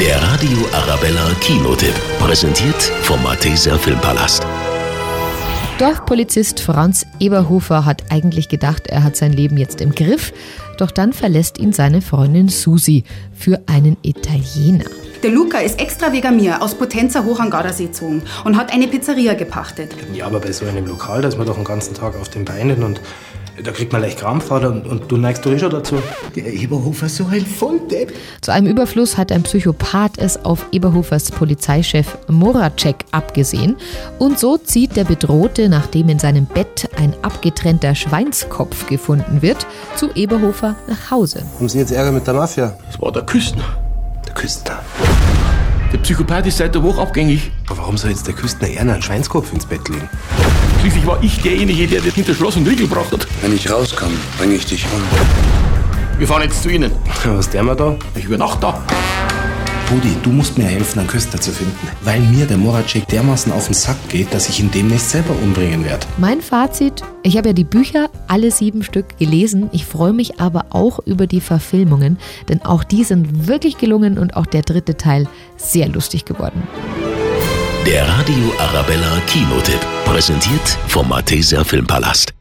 Der Radio Arabella Kinotipp. Präsentiert vom Malteser Filmpalast. Dorfpolizist Franz Eberhofer hat eigentlich gedacht, er hat sein Leben jetzt im Griff, doch dann verlässt ihn seine Freundin Susi für einen Italiener. Der Luca ist extra wegen mir aus Potenza hoch an Gardasee gezogen und hat eine Pizzeria gepachtet. Ja, aber bei so einem Lokal, da ist man doch den ganzen Tag auf den Beinen und da kriegt man leicht Krampfader und, und du neigst du eh schon dazu. Der Eberhofer ist so ein Volldepp. Zu einem Überfluss hat ein Psychopath es auf Eberhofers Polizeichef Moracek abgesehen. Und so zieht der Bedrohte, nachdem in seinem Bett ein abgetrennter Schweinskopf gefunden wird, zu Eberhofer nach Hause. Haben Sie jetzt Ärger mit der Mafia? Das war der Küstner. Der Küstner. Der Psychopath ist seit der Woche abgängig. Aber warum soll jetzt der Küstner eher einen Schweinskopf ins Bett legen? Schließlich war ich derjenige, der das hinter Schloss und Riegel gebracht hat. Wenn ich rauskomme, bringe ich dich um. Wir fahren jetzt zu Ihnen. Was der mal da? Ich übernachte da. Rudi, du musst mir helfen, einen Küstner zu finden. Weil mir der Moracek dermaßen auf den Sack geht, dass ich ihn demnächst selber umbringen werde. Mein Fazit, ich habe ja die Bücher, alle sieben Stück, gelesen. Ich freue mich aber auch über die Verfilmungen, denn auch die sind wirklich gelungen und auch der dritte Teil sehr lustig geworden. Der Radio Arabella Kinotipp. Präsentiert vom Malteser Filmpalast.